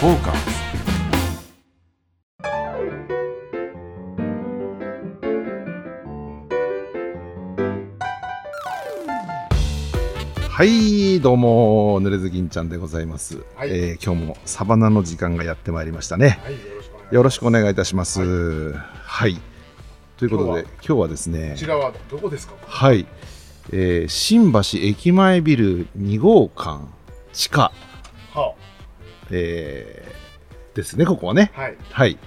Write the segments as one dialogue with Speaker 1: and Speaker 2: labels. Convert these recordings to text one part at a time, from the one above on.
Speaker 1: フォーカスはいどうも濡れず銀ちゃんでございます、
Speaker 2: はい
Speaker 1: えー今日もサバナの時間がやってまいりましたね
Speaker 2: はい、よろしくお
Speaker 1: よろしくお
Speaker 2: 願いします。
Speaker 1: 願いいたしますはい、ということで今日はですね
Speaker 2: こちらはどこですか。
Speaker 1: はい、えー新橋駅前ビル2号館地下、
Speaker 2: は
Speaker 1: えーですねここはね
Speaker 2: あ、はい、
Speaker 1: はい、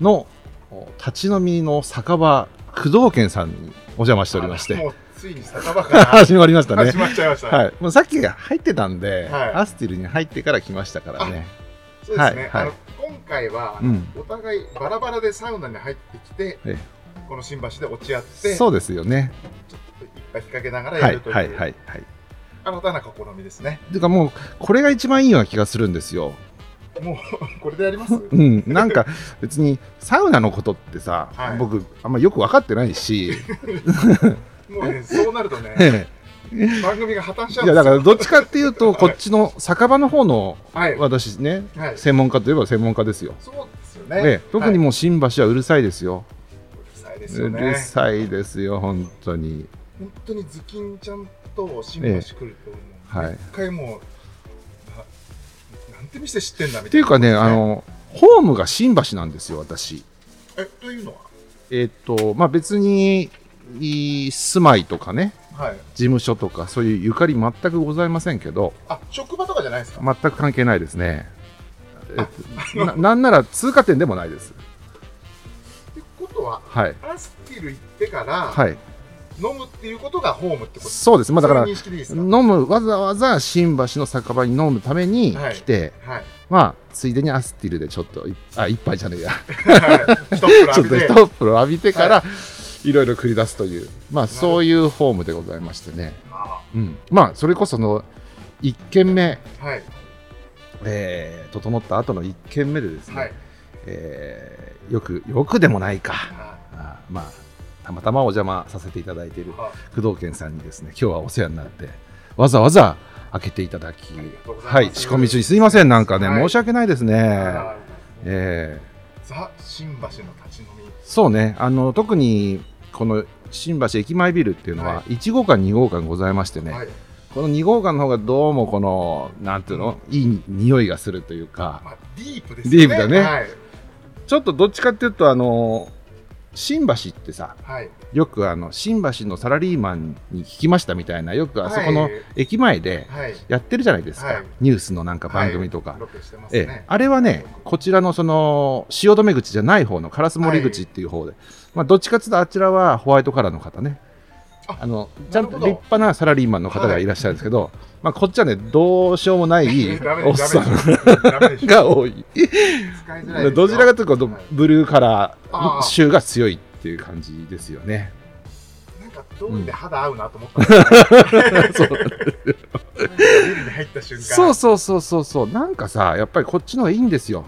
Speaker 1: のお立ち飲みの酒場工藤健さんにお邪魔しておりまし
Speaker 2: あ
Speaker 1: て
Speaker 2: もうついに酒 場から
Speaker 1: 始まりましたね
Speaker 2: 始まっちゃいました。
Speaker 1: はい、もうさっきが入ってたんで、
Speaker 2: はい
Speaker 1: アスティルに入ってから来ましたからね
Speaker 2: そうです
Speaker 1: はいは
Speaker 2: ね。
Speaker 1: い
Speaker 2: あの今回は、
Speaker 1: うん
Speaker 2: お互いバラバラでサウナに入ってきて、
Speaker 1: え
Speaker 2: この新橋で落ち合って、
Speaker 1: そうですよね
Speaker 2: いっぱい引っ掛けながら
Speaker 1: は
Speaker 2: や
Speaker 1: い
Speaker 2: るという、
Speaker 1: はいはいはい
Speaker 2: 新たな試みですね。
Speaker 1: ていうかもうこれが一番いいような気がするんですよ
Speaker 2: もうこれでやります。
Speaker 1: うん、なんか別にサウナのことってさ、
Speaker 2: はい
Speaker 1: 僕あんまよく分かってない し、
Speaker 2: もうね、そうなるとね、
Speaker 1: え
Speaker 2: 番組が破綻しち
Speaker 1: え
Speaker 2: ゃ
Speaker 1: い
Speaker 2: うんで
Speaker 1: やだ
Speaker 2: すよ。
Speaker 1: からどっちかっていうとこっちの酒場の方の
Speaker 2: はい、はい、
Speaker 1: 私ね、専門家といえば専門家ですよ、
Speaker 2: そうですよ
Speaker 1: え
Speaker 2: ね。
Speaker 1: え特にもう新橋はうるさいですよ、
Speaker 2: はい、うるさいですよ
Speaker 1: うる
Speaker 2: ね。
Speaker 1: さいですよ本当に
Speaker 2: 本当にズキンちゃんと新橋来ると、
Speaker 1: はいっ
Speaker 2: 一回もうななんて店知ってんだみ
Speaker 1: て
Speaker 2: た
Speaker 1: い
Speaker 2: いうな
Speaker 1: かねあのホームが新橋なんですよ私
Speaker 2: えというのは
Speaker 1: えっとまあ別にいい住まいとかね
Speaker 2: はい
Speaker 1: 事務所とかそういうゆかり全くございませんけど
Speaker 2: あ職場とかじゃないですか、
Speaker 1: 全く関係ないですね。えななんなら通過点でもないです。
Speaker 2: ってことは
Speaker 1: はい。
Speaker 2: アスティル行ってから、
Speaker 1: はい。
Speaker 2: 飲むっていうことがホームってこと
Speaker 1: そうです。まあだから
Speaker 2: そういう、認識でいいですか
Speaker 1: 飲む、わざわざ新橋の酒場に飲むために来て、
Speaker 2: はい
Speaker 1: まあ、ついでにアスティルでちょっとい、あ、一杯じゃねえや。
Speaker 2: はい、ストップラ
Speaker 1: ち
Speaker 2: ー
Speaker 1: ょっと
Speaker 2: で
Speaker 1: ストップを浴びてから、いろいろ繰り出すという、まあそういうホームでございましてね。
Speaker 2: あ
Speaker 1: うん。まあ、それこその、一軒目、
Speaker 2: はい
Speaker 1: えー、整った後の一軒目でですね、
Speaker 2: はい
Speaker 1: えーよく、よくでもないか。
Speaker 2: あ
Speaker 1: あまあたまたまお邪魔させていただいている
Speaker 2: あ
Speaker 1: 工藤健さんにですね今日はお世話になってわざわざ開けていただき
Speaker 2: ありがとうございます
Speaker 1: はい仕込み中にすいませんなんかね、
Speaker 2: はい
Speaker 1: 申し訳ないですね
Speaker 2: あ
Speaker 1: え
Speaker 2: ザ新橋の立ち飲み
Speaker 1: ーそうねあの特にこの新橋駅前ビルっていうのは1号館2号館ございましてね、
Speaker 2: はい
Speaker 1: この2号館の方がどうもこのなんていうのいい匂いがするというか
Speaker 2: まあディープですよね
Speaker 1: ディープだね
Speaker 2: はい
Speaker 1: ちょっとどっちかっていうとあの新橋ってさ、
Speaker 2: はい
Speaker 1: よくあの新橋のサラリーマンに聞きましたみたいなよくあそこの
Speaker 2: はい
Speaker 1: 駅前で
Speaker 2: はい
Speaker 1: やってるじゃないですか、
Speaker 2: はい
Speaker 1: ニュースのなんか番組とか、
Speaker 2: はいロケしてます
Speaker 1: ええ
Speaker 2: ね、
Speaker 1: あれはねこちらのその汐留口じゃない方の烏森口っていう方で、まあ、どっちかっていうとあちらはホワイトカラーの方ね
Speaker 2: あ
Speaker 1: あのちゃんと
Speaker 2: なる
Speaker 1: 立
Speaker 2: ほど
Speaker 1: 派なサラリーマンの方がいらっしゃるんですけど、まあ、こっちはねどうしようもない
Speaker 2: ダメ
Speaker 1: お
Speaker 2: で
Speaker 1: っ
Speaker 2: す
Speaker 1: さん
Speaker 2: ダメでしょ
Speaker 1: が多 い
Speaker 2: 使いづらいですよ
Speaker 1: どちらかというと
Speaker 2: はい
Speaker 1: ブルーカラ
Speaker 2: あ
Speaker 1: ー
Speaker 2: あ
Speaker 1: 州が強いっていう感じですよね。
Speaker 2: なんかどうりで肌合うなと思っ たんです
Speaker 1: そう
Speaker 2: よ、なんかビルに入った瞬間
Speaker 1: そうそうそうそうそうなんかさやっぱりこっちの方がいいんですよ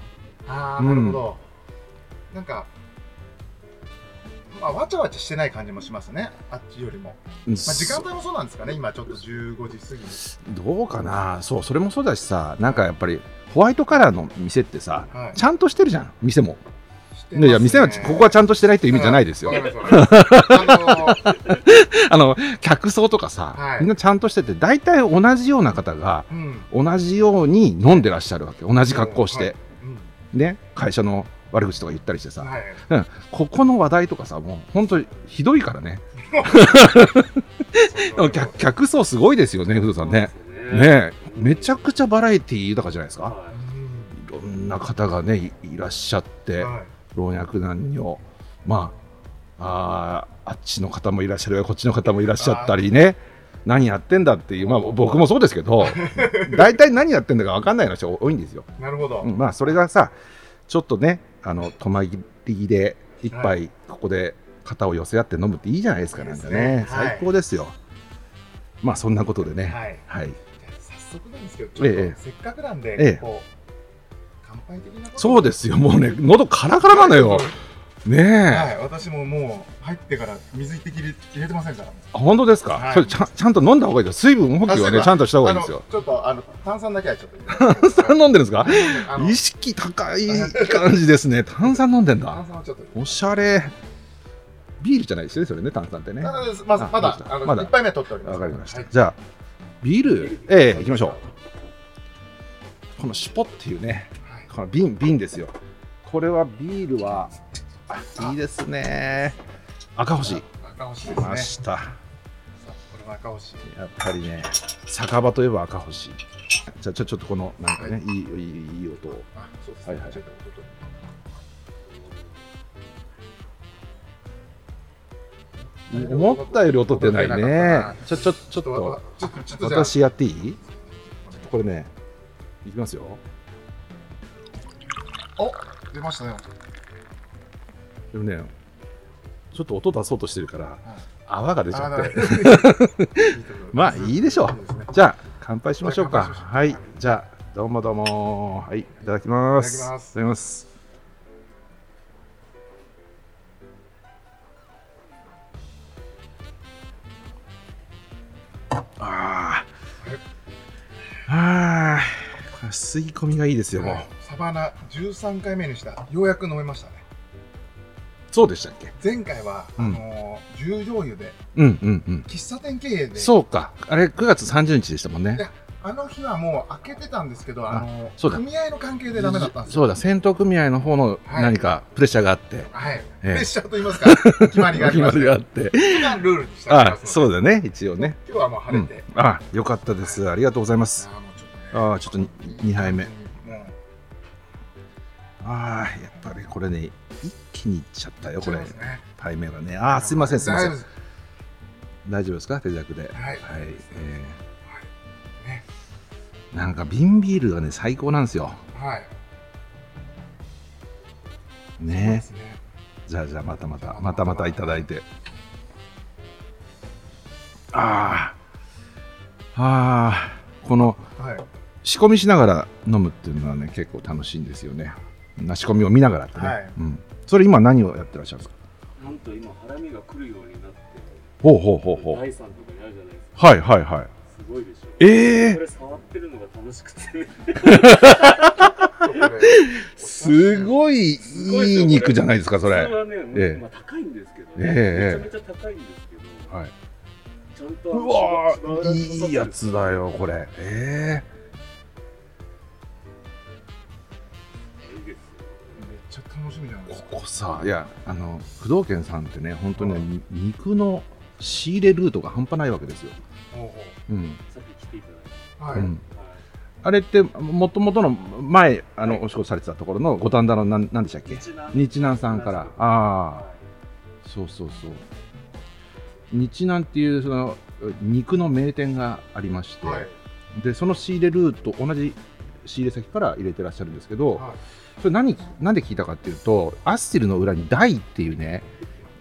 Speaker 2: ああなるほど、なんかまあわちゃわちゃしてない感じもしますねあっちよりも、まあ、時間帯もそうなんですかね今ちょっと15時過ぎに
Speaker 1: どうかなそうそれもそうだしさなんかやっぱりホワイトカラーの店ってさ
Speaker 2: はい
Speaker 1: ちゃんとしてるじゃん店も、
Speaker 2: してま
Speaker 1: ね、
Speaker 2: すね
Speaker 1: いや店はここはちゃんとしてないって意味じゃないですよ
Speaker 2: わかりますわかりますあのー
Speaker 1: あの客層とかさ、
Speaker 2: はい
Speaker 1: みんなちゃんとしてて大体同じような方が
Speaker 2: うん
Speaker 1: 同じように飲んでらっしゃるわけ同じ格好をして、
Speaker 2: はいうん
Speaker 1: ね会社の悪口とか言ったりしてさ、
Speaker 2: はい
Speaker 1: ここの話題とかさもう本当にひどいからねでも客客層すごいですよね不動さんねねえめちゃくちゃバラエティー豊かじゃないですか
Speaker 2: うん
Speaker 1: いろんな方がねいいらっしゃって
Speaker 2: はい
Speaker 1: 老若男女まああーあっちの方もいらっしゃるこっちの方もいらっしゃったりね何やってんだっていうまあ僕もそうですけ ど大体何やってんだか分かんないような人多いんですよ、
Speaker 2: なるほど、
Speaker 1: うんまあそれがさちょっとねあの泊まりで一
Speaker 2: は
Speaker 1: 杯ここで肩を寄せ合って飲むっていいじゃないですかなんか
Speaker 2: いい
Speaker 1: ね
Speaker 2: ですねはい
Speaker 1: 最高ですよ、まあそんなことでね
Speaker 2: はい
Speaker 1: はい
Speaker 2: 早速なんですけど、ちょっと
Speaker 1: ええ
Speaker 2: せっかくなんで、
Speaker 1: ええ
Speaker 2: こう乾杯的なこと
Speaker 1: そうですよ、もうね、喉カラカラなのよ。ねえ、
Speaker 2: はい、私ももう入ってから水一滴入れ入れてませんから。
Speaker 1: あ本当ですか、
Speaker 2: はい
Speaker 1: それちゃんちゃんと飲んだ方がいいですよ水分補給は
Speaker 2: あそう
Speaker 1: ね
Speaker 2: だ
Speaker 1: ちゃんとした方がいいですよ
Speaker 2: あのちょっとあの炭酸だけはちょっと入れて。
Speaker 1: 炭 酸飲んでるんですか
Speaker 2: あの
Speaker 1: 意識高い感じですね炭酸飲んでんだ
Speaker 2: 炭酸はちょっと入れて。
Speaker 1: おしゃれビールじゃないですよねそれね炭酸ってね
Speaker 2: た
Speaker 1: わ
Speaker 2: だまだ
Speaker 1: あ
Speaker 2: ま
Speaker 1: どうし
Speaker 2: だ
Speaker 1: た
Speaker 2: あの
Speaker 1: まだ
Speaker 2: 一杯目は取っております。
Speaker 1: かりました、
Speaker 2: はい
Speaker 1: じゃあビールええ行きましょうこのシュポっていうね
Speaker 2: はい
Speaker 1: この瓶瓶ですよこれはビールはあいいですね赤星
Speaker 2: 赤星
Speaker 1: 来ま
Speaker 2: ですね。
Speaker 1: した
Speaker 2: そうこれも赤星。
Speaker 1: やっぱりね酒場といえば赤星じゃあちょちょっとこのなんかね、いい、いいいい音を
Speaker 2: あ、そうです
Speaker 1: はい
Speaker 2: ね
Speaker 1: はい。
Speaker 2: ちょっと音
Speaker 1: 思ったより音出ない
Speaker 2: 音出な
Speaker 1: ね
Speaker 2: かったな
Speaker 1: ちょちょちょっ
Speaker 2: ちょ
Speaker 1: と
Speaker 2: っとちょっとちょっとじゃあ
Speaker 1: 私やっていいこれねいきますよ
Speaker 2: 出ましたね。
Speaker 1: でもねちょっと音出そうとしてるから泡が出ち
Speaker 2: あ
Speaker 1: ゃ
Speaker 2: な
Speaker 1: っ
Speaker 2: る
Speaker 1: て
Speaker 2: ほど
Speaker 1: まあいいでしょう
Speaker 2: いいですね
Speaker 1: じゃあ乾杯しましょうか
Speaker 2: はい乾杯しましょう
Speaker 1: はいじゃあどうもどうもはいいただきます
Speaker 2: いただきます
Speaker 1: いただきますあーあーこれ吸い込みがいいですよもう
Speaker 2: はいサバナ13回目にしたようやく飲めましたね
Speaker 1: そうでしたっけ
Speaker 2: 前回は、
Speaker 1: うん
Speaker 2: あのー重醤油で
Speaker 1: うんうんうん
Speaker 2: 喫茶店経営で
Speaker 1: そうかあれ9月30日でしたもんね
Speaker 2: いやあの日はもう開けてたんですけど、あのー
Speaker 1: そうだ
Speaker 2: 組合の関係でダメだったんですよ
Speaker 1: そうだ戦闘組合の方の
Speaker 2: はい
Speaker 1: 何かプレッシャーがあって、
Speaker 2: はい、
Speaker 1: ええ
Speaker 2: プレッシャーと言いますか 決まりがあり
Speaker 1: 決
Speaker 2: ま
Speaker 1: ますりがあって
Speaker 2: 普段ルールにした
Speaker 1: あ
Speaker 2: う
Speaker 1: そうだね一応ね、
Speaker 2: 今日はもう晴
Speaker 1: う
Speaker 2: れ
Speaker 1: ん
Speaker 2: て、あ、
Speaker 1: あよかったですありがとうございます
Speaker 2: ーもうちょっとね
Speaker 1: あーちょっとに二杯目
Speaker 2: もう
Speaker 1: あーやっぱりこれね一気にいっちゃったよこれ
Speaker 2: そうですね
Speaker 1: 対面がねあーすいませんすいませ
Speaker 2: 大丈
Speaker 1: ん大丈夫ですか手弱ではい、
Speaker 2: 夫ですはい、
Speaker 1: えー
Speaker 2: ね
Speaker 1: なんか瓶ビールがね最高なんですよ
Speaker 2: はいそうで
Speaker 1: ね
Speaker 2: すね
Speaker 1: じゃあじゃあまたまたまたまたいただいてあーあーこの
Speaker 2: はい
Speaker 1: 仕込みしながら飲むっていうのはね結構楽しいんですよねな仕込みを見ながらってね、
Speaker 2: はい
Speaker 1: うん、それ今何をやってらっしゃるんですか
Speaker 3: なんと今ハラミが来るようになって
Speaker 1: ほうほうほうほう
Speaker 3: 第3とかにあるじゃないですか
Speaker 1: はいはいはい
Speaker 3: すごいでしょ
Speaker 1: え
Speaker 3: これ触ってるのが楽しくて
Speaker 1: すごいい
Speaker 3: すごいですよ
Speaker 1: い肉じゃないですかそ
Speaker 3: 普通
Speaker 1: れ
Speaker 3: はね、
Speaker 1: ええ
Speaker 3: まあ高いんですけど、
Speaker 1: ええ
Speaker 3: めちゃめちゃ高いんですけど、
Speaker 1: はい
Speaker 3: ちゃんとあの
Speaker 1: うわ
Speaker 3: 芝浦
Speaker 1: ー
Speaker 3: で育ってる
Speaker 1: いいやつだよこれえ
Speaker 3: いいですよ
Speaker 2: めっちゃ楽しみじゃない
Speaker 1: え
Speaker 2: ですか
Speaker 1: ここさいやあの工藤健さんってね本当にね、に肉の仕入れルートが半端ないわけですよ、
Speaker 2: ほう
Speaker 1: うん
Speaker 3: さっき来ていただい
Speaker 2: ほうは
Speaker 1: う
Speaker 2: い、
Speaker 1: ん、
Speaker 3: て、は
Speaker 1: あれってもともとの前あのお仕事されてたところの五反田のなんなんでしたっ
Speaker 3: い、
Speaker 1: け
Speaker 3: 日南
Speaker 1: 日南さんから
Speaker 3: 日南さ
Speaker 1: あ
Speaker 3: ん
Speaker 1: あ
Speaker 3: は
Speaker 1: そうそうそう日南っていうその肉の名店がありまして、
Speaker 2: はい
Speaker 1: でその仕入れルート同じ仕入れ先から入れてらっしゃるんですけど、
Speaker 2: はい
Speaker 1: それ何なんで聞いたかっていうとアッシルの裏に大っていうね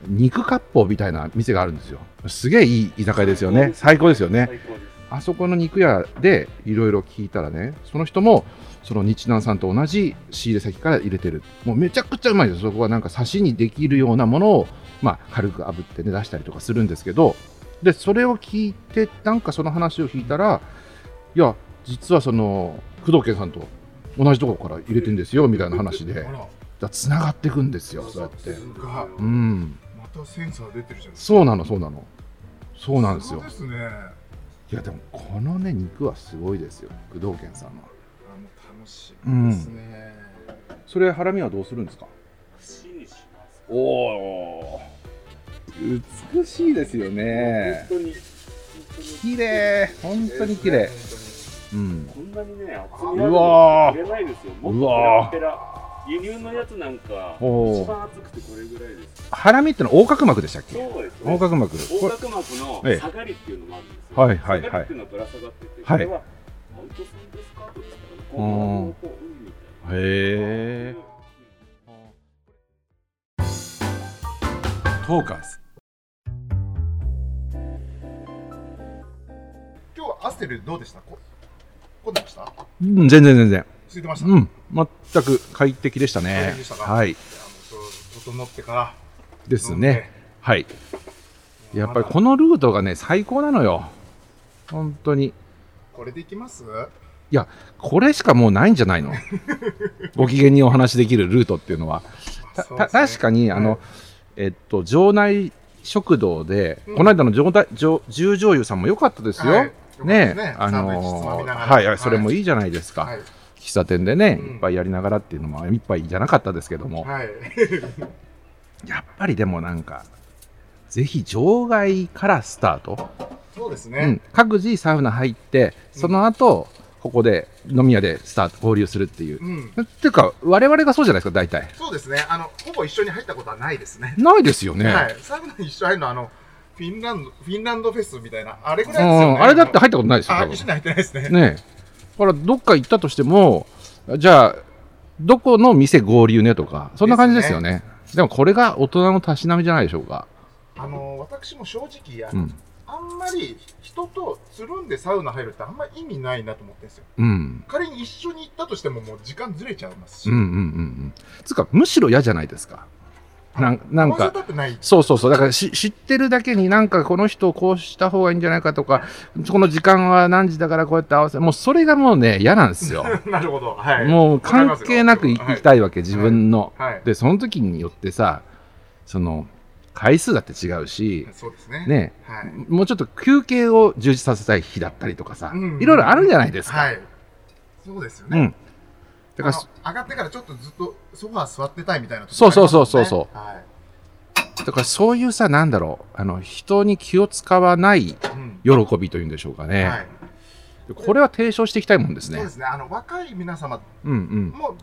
Speaker 1: 肉割烹みたいな店があるんですよすげえいい居酒屋ですよね最高ですよね
Speaker 3: 最高です
Speaker 1: あそこの肉屋でいろいろ聞いたらねその人もその日南さんと同じ仕入れ先から入れてるもうめちゃくちゃうまいですそこはなんか刺しにできるようなものを、まあ、軽く炙って、ね、出したりとかするんですけどでそれを聞いてなんかその話を聞いたらいや実はその工藤健さんと同じところから入れてんですよみたいな話で
Speaker 2: あら
Speaker 1: つながっていくんですよそうやって
Speaker 3: すごい
Speaker 1: うん
Speaker 2: またセンサー出てるじゃないですか
Speaker 1: そうなのそうなのそうなんですよ
Speaker 2: そうですねあ
Speaker 1: いやでもこのね肉はすごいですよ工藤健さんの
Speaker 2: もう楽しいですね、
Speaker 1: それハラミはどうするんですか
Speaker 3: 串にします
Speaker 1: おお美しいですよね
Speaker 3: 本当に
Speaker 1: 綺麗本当に綺麗、うん
Speaker 3: こんなにね、厚みある
Speaker 1: うわー
Speaker 3: の売れないですよ。も
Speaker 1: うわー
Speaker 3: っとペラペラ。輸入のやつなんか、
Speaker 1: おー
Speaker 3: 一番厚くてこれぐらいです。
Speaker 1: ハラミってのは横隔膜でしたっけ
Speaker 3: そうです
Speaker 1: 横
Speaker 3: ね。
Speaker 1: 隔膜
Speaker 3: 横
Speaker 1: これ
Speaker 3: 隔膜の
Speaker 1: ええ
Speaker 3: 下がりっていうのもあるんですよ。
Speaker 1: はいはいはい
Speaker 3: 下がりっていうのはぶら下がってて、
Speaker 1: はい
Speaker 3: これはアウトサイドスカートですからね、こう、こう、こう、うんみたいな。
Speaker 1: へえトーカーズ
Speaker 2: 今日はアステルどうでしたこ混んでました
Speaker 1: うん全然全然
Speaker 2: ついてました、
Speaker 1: う
Speaker 2: いやも
Speaker 1: ん全く快適でした
Speaker 2: 快
Speaker 1: ね
Speaker 2: 適でしたか
Speaker 1: はいう
Speaker 2: それ整ってから
Speaker 1: ですね。はい。やっぱりこのルートがね、最高なのよ。本当に。
Speaker 2: これでいきます
Speaker 1: これしかもうないんじゃない のご機嫌にお話できるルートっていうのは。たた確かに、あの、
Speaker 2: はい
Speaker 1: えっと、場内食堂で、
Speaker 2: うん
Speaker 1: この間の状態、上十条湯さんも良かったですよ。ねあのはい、はい、それも
Speaker 2: い
Speaker 1: いいじゃないですか。
Speaker 2: はい
Speaker 1: 喫茶店でね、
Speaker 2: うん
Speaker 1: いっぱいやりながらっていうのも、いっぱいじゃなかったですけども、
Speaker 2: はい、
Speaker 1: やっぱりでもなんか、ぜひ場外からスタート。
Speaker 2: そうです
Speaker 1: う
Speaker 2: ね
Speaker 1: ん、各自サウナ入って、その後、ここで飲み屋でスタート、合流するっていう。
Speaker 2: うん、
Speaker 1: っていうか、我々がそうじゃないですか、大体。
Speaker 2: そうですねあのほぼ一緒に入ったことはないですね
Speaker 1: ないですよね。
Speaker 2: はいサウナに一緒に入るのはあのフィンランドフィンランドフェスみたいなあれぐ
Speaker 1: う
Speaker 2: らいですよね
Speaker 1: ん、あれだって入ったことないですよ、
Speaker 2: あ
Speaker 1: 多
Speaker 2: 一
Speaker 1: 分
Speaker 2: 緒に入ってないですね
Speaker 1: ねえ。だから、どっか行ったとしても、じゃあ、どこの店合流ねとか、そんな感じですよね。でも、これが大人のたしなみじゃないでしょうか。
Speaker 2: あの私も正直あ,、
Speaker 1: うん。
Speaker 2: あんまり人とつるんでサウナ入るってあんまり意味ないなと思ってるんですよ
Speaker 1: うん。
Speaker 2: 仮に一緒に行ったとしてももう時間ずれちゃいますし、
Speaker 1: うんうんうんうん。つうか、むしろ嫌じゃないですか。なんなん
Speaker 2: 合わ
Speaker 1: か
Speaker 2: せ、たくない
Speaker 1: そうそうそう、だからし知ってるだけに、なんかこの人をこうした方がいいんじゃないかとか、この時間は何時だからこうやって合わせ、もうそれがもうね、嫌なんですよ。
Speaker 2: なるほど、はい、
Speaker 1: もう関係なく行きたいわけ、自分の。
Speaker 2: はい、
Speaker 1: で、その時によってさ、その回数だって違うし、
Speaker 2: そうですね。
Speaker 1: ね、
Speaker 2: はい、
Speaker 1: もうちょっと休憩を充実させたい日だったりとかさ、
Speaker 2: うん
Speaker 1: いろいろあるじゃないですか。
Speaker 2: はい、そうですよ
Speaker 1: う
Speaker 2: ね。
Speaker 1: ん。だから、
Speaker 2: あの上がってからちょっとずっとソファー座ってたいみたいな時
Speaker 1: そうそう
Speaker 2: ありますもんね
Speaker 1: そうそう
Speaker 2: はい
Speaker 1: だからそういうさ、なんだろう、あの人に気を使わない
Speaker 2: うん
Speaker 1: 喜びというんでしょうかね。
Speaker 2: はい
Speaker 1: これは提唱していきたいもんです
Speaker 2: そう
Speaker 1: ね
Speaker 2: で。すね。あの若い皆様
Speaker 1: うんうん。
Speaker 2: も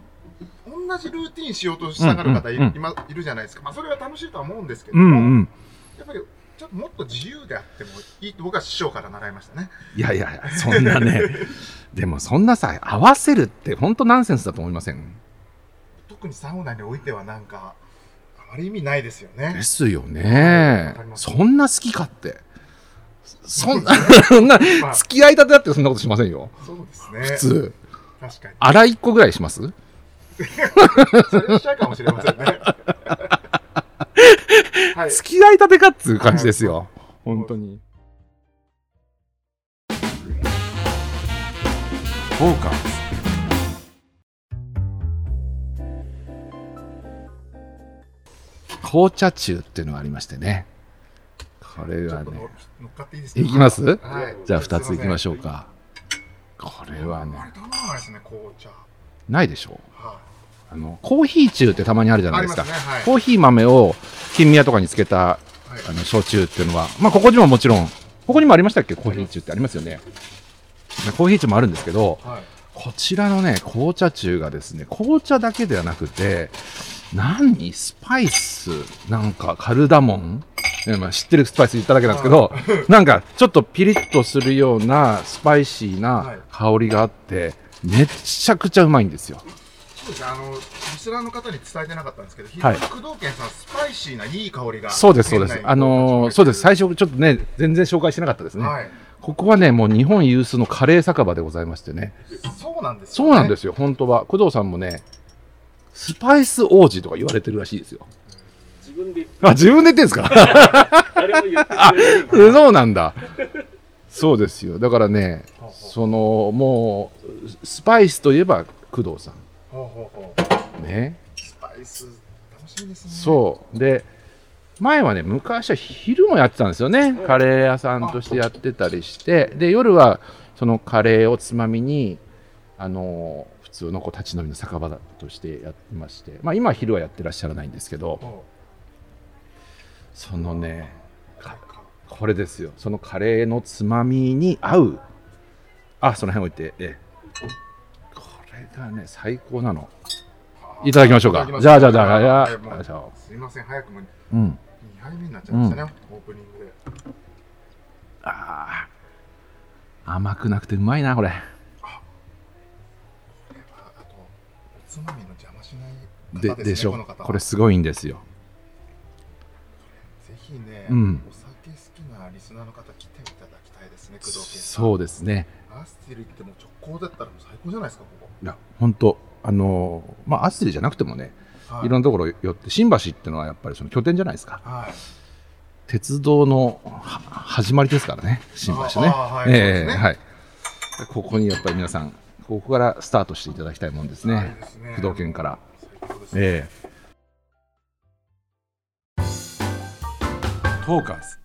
Speaker 2: 同じルーティンしようとしたがる方
Speaker 1: う
Speaker 2: い,、
Speaker 1: んうんうん
Speaker 2: 今いるじゃないですか。まあそれは楽しいとは思うんですけど
Speaker 1: う
Speaker 2: も、
Speaker 1: んうん、
Speaker 2: やっぱりちょっともっと自由であってもいいと僕は師匠から習いましたね。
Speaker 1: いやいやいや、そんなね、 でもそんなさ、合わせるって本当ナンセンスだと思いません
Speaker 2: 特にサウナにおいてはなんかあまり意味ないですよね
Speaker 1: で。すよね
Speaker 2: わかり、ます
Speaker 1: そんな好きかって、そんな、そんな
Speaker 2: まあ
Speaker 1: 付き合いたてだってそんなことしませんよ、
Speaker 2: そう
Speaker 1: 普
Speaker 2: ですね。
Speaker 1: 通、
Speaker 2: 確かに。
Speaker 1: あら1個ぐらいします
Speaker 2: それしちゃうかもしれません ね。はい。
Speaker 1: 付き合いたてかっていう感じですよ、本当に。フォーカス紅茶中っていうのがありましてね、これ
Speaker 2: ちょ
Speaker 1: が
Speaker 2: っと乗
Speaker 1: ね
Speaker 2: っ、乗っかっていいですか。
Speaker 1: いきます
Speaker 2: はい。
Speaker 1: じゃあ2ついきましょう
Speaker 2: すい
Speaker 1: か。これ
Speaker 2: ませ
Speaker 1: は
Speaker 2: ん。
Speaker 1: ね
Speaker 2: あれ、頼まないですね、紅茶。
Speaker 1: ないでしょう。
Speaker 2: は
Speaker 1: あのコーヒー中ってたまにあるじゃ
Speaker 2: い。
Speaker 1: ない
Speaker 2: あ
Speaker 1: で
Speaker 2: り
Speaker 1: す
Speaker 2: ま
Speaker 1: か。
Speaker 2: すね。はい。
Speaker 1: コーヒー豆を金宮とかにつけた
Speaker 2: はい
Speaker 1: あの焼酎っていうのは、まあ、ここにももちろん、ここにもありましたっけ、コーヒー中ってありますよね。コーヒー中もあるんですけど、
Speaker 2: はい。
Speaker 1: こちらのね、紅茶中がですね、紅茶だけではなくて、何スパイスなんかカルダモンいやまあ知ってるスパイス言っただけなんですけど、なんかちょっとピリッとするようなスパイシー
Speaker 2: は
Speaker 1: ない香りがあって、めちゃくちゃうまいんですよ。
Speaker 2: そうですね。あの、リスナーの方に伝えてなかったんですけど、非常に工藤健さん、スパイシーないい香りが。
Speaker 1: そうです、そうです。あのーそうです。最
Speaker 2: 初
Speaker 1: 初、ちょっとね、全然紹介してなかったですね。
Speaker 2: はい。
Speaker 1: ここはね、もう日本有数のカレー酒場でございましてね。
Speaker 2: そうなんです。。
Speaker 1: そうなんですすよ、本当は。工藤さんもね、スパイス王子とか言われてるらしいですよ。
Speaker 3: 自分で
Speaker 1: あ、自分で言ってんですか
Speaker 3: 誰も言ってくれない
Speaker 1: うん そうなんだ。そうですよ。だからね
Speaker 2: ほう、ほう
Speaker 1: その、もう、スパイスといえば工藤さ
Speaker 2: ほうほうほう。
Speaker 1: ん。ね。
Speaker 2: スパイス。楽しみですね。
Speaker 1: そう。で、前はね、昔は昼もやってたんですよね。カレー屋さんとしてやってたりして、で、夜はそのカレーをつまみに、あのー普通のこう立ち飲みの酒場だとしてやってまして、まあ今は昼はやってらっしゃらないんですけど、
Speaker 2: ほ
Speaker 1: そのね、
Speaker 2: う。かか
Speaker 1: これですよ。そのカレーのつまみに合う。あ、その辺置いて、ええこれがね、最高なの。いただきましょうか
Speaker 2: いただきます
Speaker 1: じゃあじゃあじゃあじゃあ
Speaker 2: はいもう
Speaker 1: じゃあ
Speaker 2: すいません、早くも2
Speaker 1: うん。
Speaker 2: 杯目になっちゃいましたね、オープニングで。
Speaker 1: あー甘くなくてうまいな、これ。
Speaker 2: ああと、おつまみの邪魔しない方
Speaker 1: で
Speaker 2: ですね、
Speaker 1: でしょ
Speaker 2: この方
Speaker 1: これすごいんですよ
Speaker 2: ぜひね、
Speaker 1: うん
Speaker 2: お酒好きなリスナーの方来ていただきたいですね、工藤家さん。
Speaker 1: そうですね
Speaker 2: アスティル行っても直行だったらもう最高じゃないですか、こ
Speaker 1: いや本当あのーまあアスリじゃなくてもね
Speaker 2: こ。はい
Speaker 1: いろんなところ寄って新橋っていうのはやっぱりその拠点じゃないですか
Speaker 2: はい
Speaker 1: 鉄道のは始まりですからね新橋ね
Speaker 2: ああはいそうで
Speaker 1: え
Speaker 2: す
Speaker 1: え
Speaker 2: ね
Speaker 1: はいここにやっぱり皆さんここからスタートしていただきたいもんです
Speaker 2: はい
Speaker 1: ね
Speaker 2: ですね
Speaker 1: 工藤県から
Speaker 2: 最高ですね
Speaker 1: ええ
Speaker 4: トーカーズ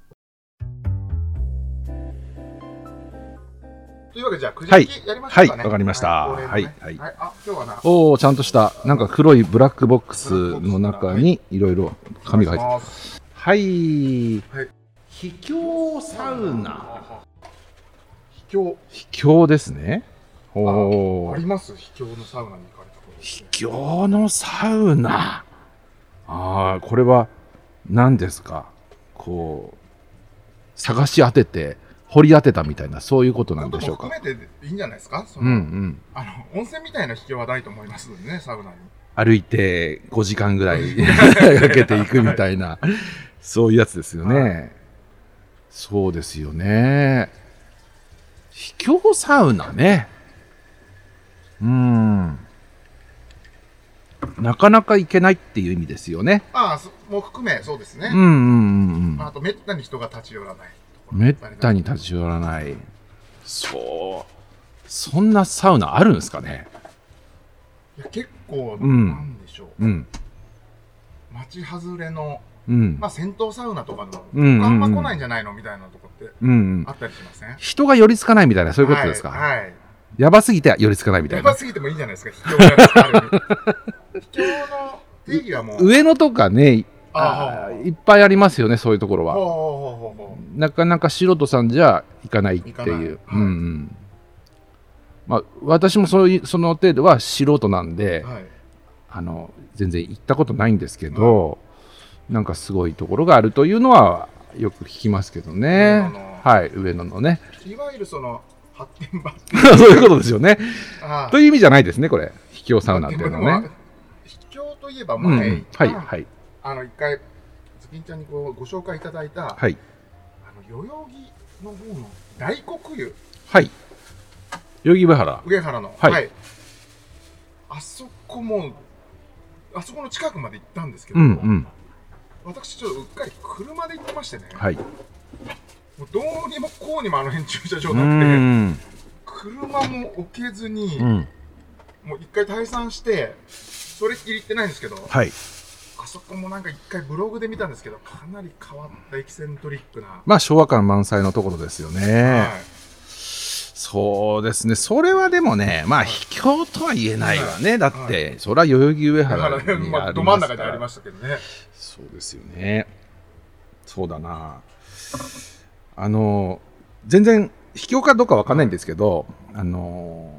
Speaker 2: というわけでじゃあくじ引きやりましょうかね
Speaker 1: はいわかりました
Speaker 2: はい恒例のね
Speaker 1: はい
Speaker 2: はいあ今日はな
Speaker 1: おおちゃんとしたなんか黒いブラックボックスの中にいろいろ紙が入って
Speaker 2: お願いします
Speaker 1: はい、
Speaker 2: はい
Speaker 1: 秘境サウナ
Speaker 2: 秘境
Speaker 1: 秘境ですねお
Speaker 2: あ
Speaker 1: お
Speaker 2: ります秘境のサウナに行かれたこと
Speaker 1: 秘境のサウナああこれは何ですかこう探し当てて掘り当てたみたいなそういうことなんでしょうか
Speaker 2: ことも含めていいんじゃないですかそ
Speaker 1: うん
Speaker 2: の、
Speaker 1: うん
Speaker 2: あの温泉みたいな秘境はないと思いますのでねサウナに
Speaker 1: 歩いて5時間ぐら いかけていくみたいなそういうやつですよね、
Speaker 2: は
Speaker 1: そうですよね秘境サウナねうんなかなか行けないっていう意味ですよね
Speaker 2: ああそもう含めそうですね
Speaker 1: うん、うんうん
Speaker 2: あとめったに人が立ち寄らないとこ
Speaker 1: う
Speaker 2: ろ
Speaker 1: んめったに立ち寄らないそうそんなサウナあるんですかね
Speaker 2: いや結構、
Speaker 1: うん
Speaker 2: なんでしょう
Speaker 1: うん
Speaker 2: 町外れの、
Speaker 1: うん、
Speaker 2: まあ、銭湯サウナとかの、
Speaker 1: うんうんうん
Speaker 2: あんま来ないんじゃないのみたいなとこって
Speaker 1: うんうん
Speaker 2: あったりしません
Speaker 1: 人が寄りつかないみたいなそういうことですか、
Speaker 2: はい、はい
Speaker 1: やばすぎて寄りつかないみた
Speaker 2: や
Speaker 1: いな
Speaker 2: ばすぎてもいいんじゃないですか秘境がある意味秘境の定義はもう
Speaker 1: 上野とかねい
Speaker 2: ああ
Speaker 1: いっぱいありますよねそういうところ
Speaker 2: ほう
Speaker 1: は
Speaker 2: ほうほうほうほ
Speaker 1: なかなか素人さんじゃ行かないってい、
Speaker 2: 行かないう
Speaker 1: うんうんまあ、私もそういうその程度は素人なんで、
Speaker 2: うはい
Speaker 1: あの全然行ったことないんですけど、なんかすごいところがあるというのはよく聞きますけど
Speaker 2: 上野
Speaker 1: ね
Speaker 2: の
Speaker 1: はい上野のね
Speaker 2: いわゆるその発展場って
Speaker 1: そういうことですよね
Speaker 2: あ
Speaker 1: という意味じゃないですねこれ秘境サウナっていうのはね、
Speaker 2: 秘境といえば
Speaker 1: うんうん
Speaker 2: 前、
Speaker 1: はいはい
Speaker 2: あの一回ズキンちゃんにこうご紹介いただいた、
Speaker 1: はい
Speaker 2: あの代々木の方の大黒湯
Speaker 1: はい代々木上原
Speaker 2: 上原の
Speaker 1: はい
Speaker 2: あそこもあそこの近くまで行ったんですけど、
Speaker 1: うんうん
Speaker 2: 私ちょっとうっかり車で行ってましてね、
Speaker 1: はい
Speaker 2: もうどうにもこうにもあの辺駐車場
Speaker 1: う
Speaker 2: なくて、
Speaker 1: ん
Speaker 2: 車も置けずに、
Speaker 1: うん
Speaker 2: もう一回退散してそれっきり行ってないんですけど、
Speaker 1: はい
Speaker 2: あそこもなんか一回ブログで見たんですけどかなり変わったエキセントリックな、
Speaker 1: まあ昭和感満載のところですよね、
Speaker 2: はい
Speaker 1: そうですねそれはでもねまあ卑怯とは言えないわね、だって、
Speaker 2: は
Speaker 1: それは代々木上
Speaker 2: だから
Speaker 1: 原
Speaker 2: ね、
Speaker 1: に
Speaker 2: ま
Speaker 1: あ
Speaker 2: あ、
Speaker 1: り
Speaker 2: ど
Speaker 1: ま
Speaker 2: 真
Speaker 1: す
Speaker 2: ん中
Speaker 1: か
Speaker 2: でありま
Speaker 1: ら
Speaker 2: したけどね。
Speaker 1: そうですよねそうだなあの全然卑怯かどうかわかんないんですけど、あの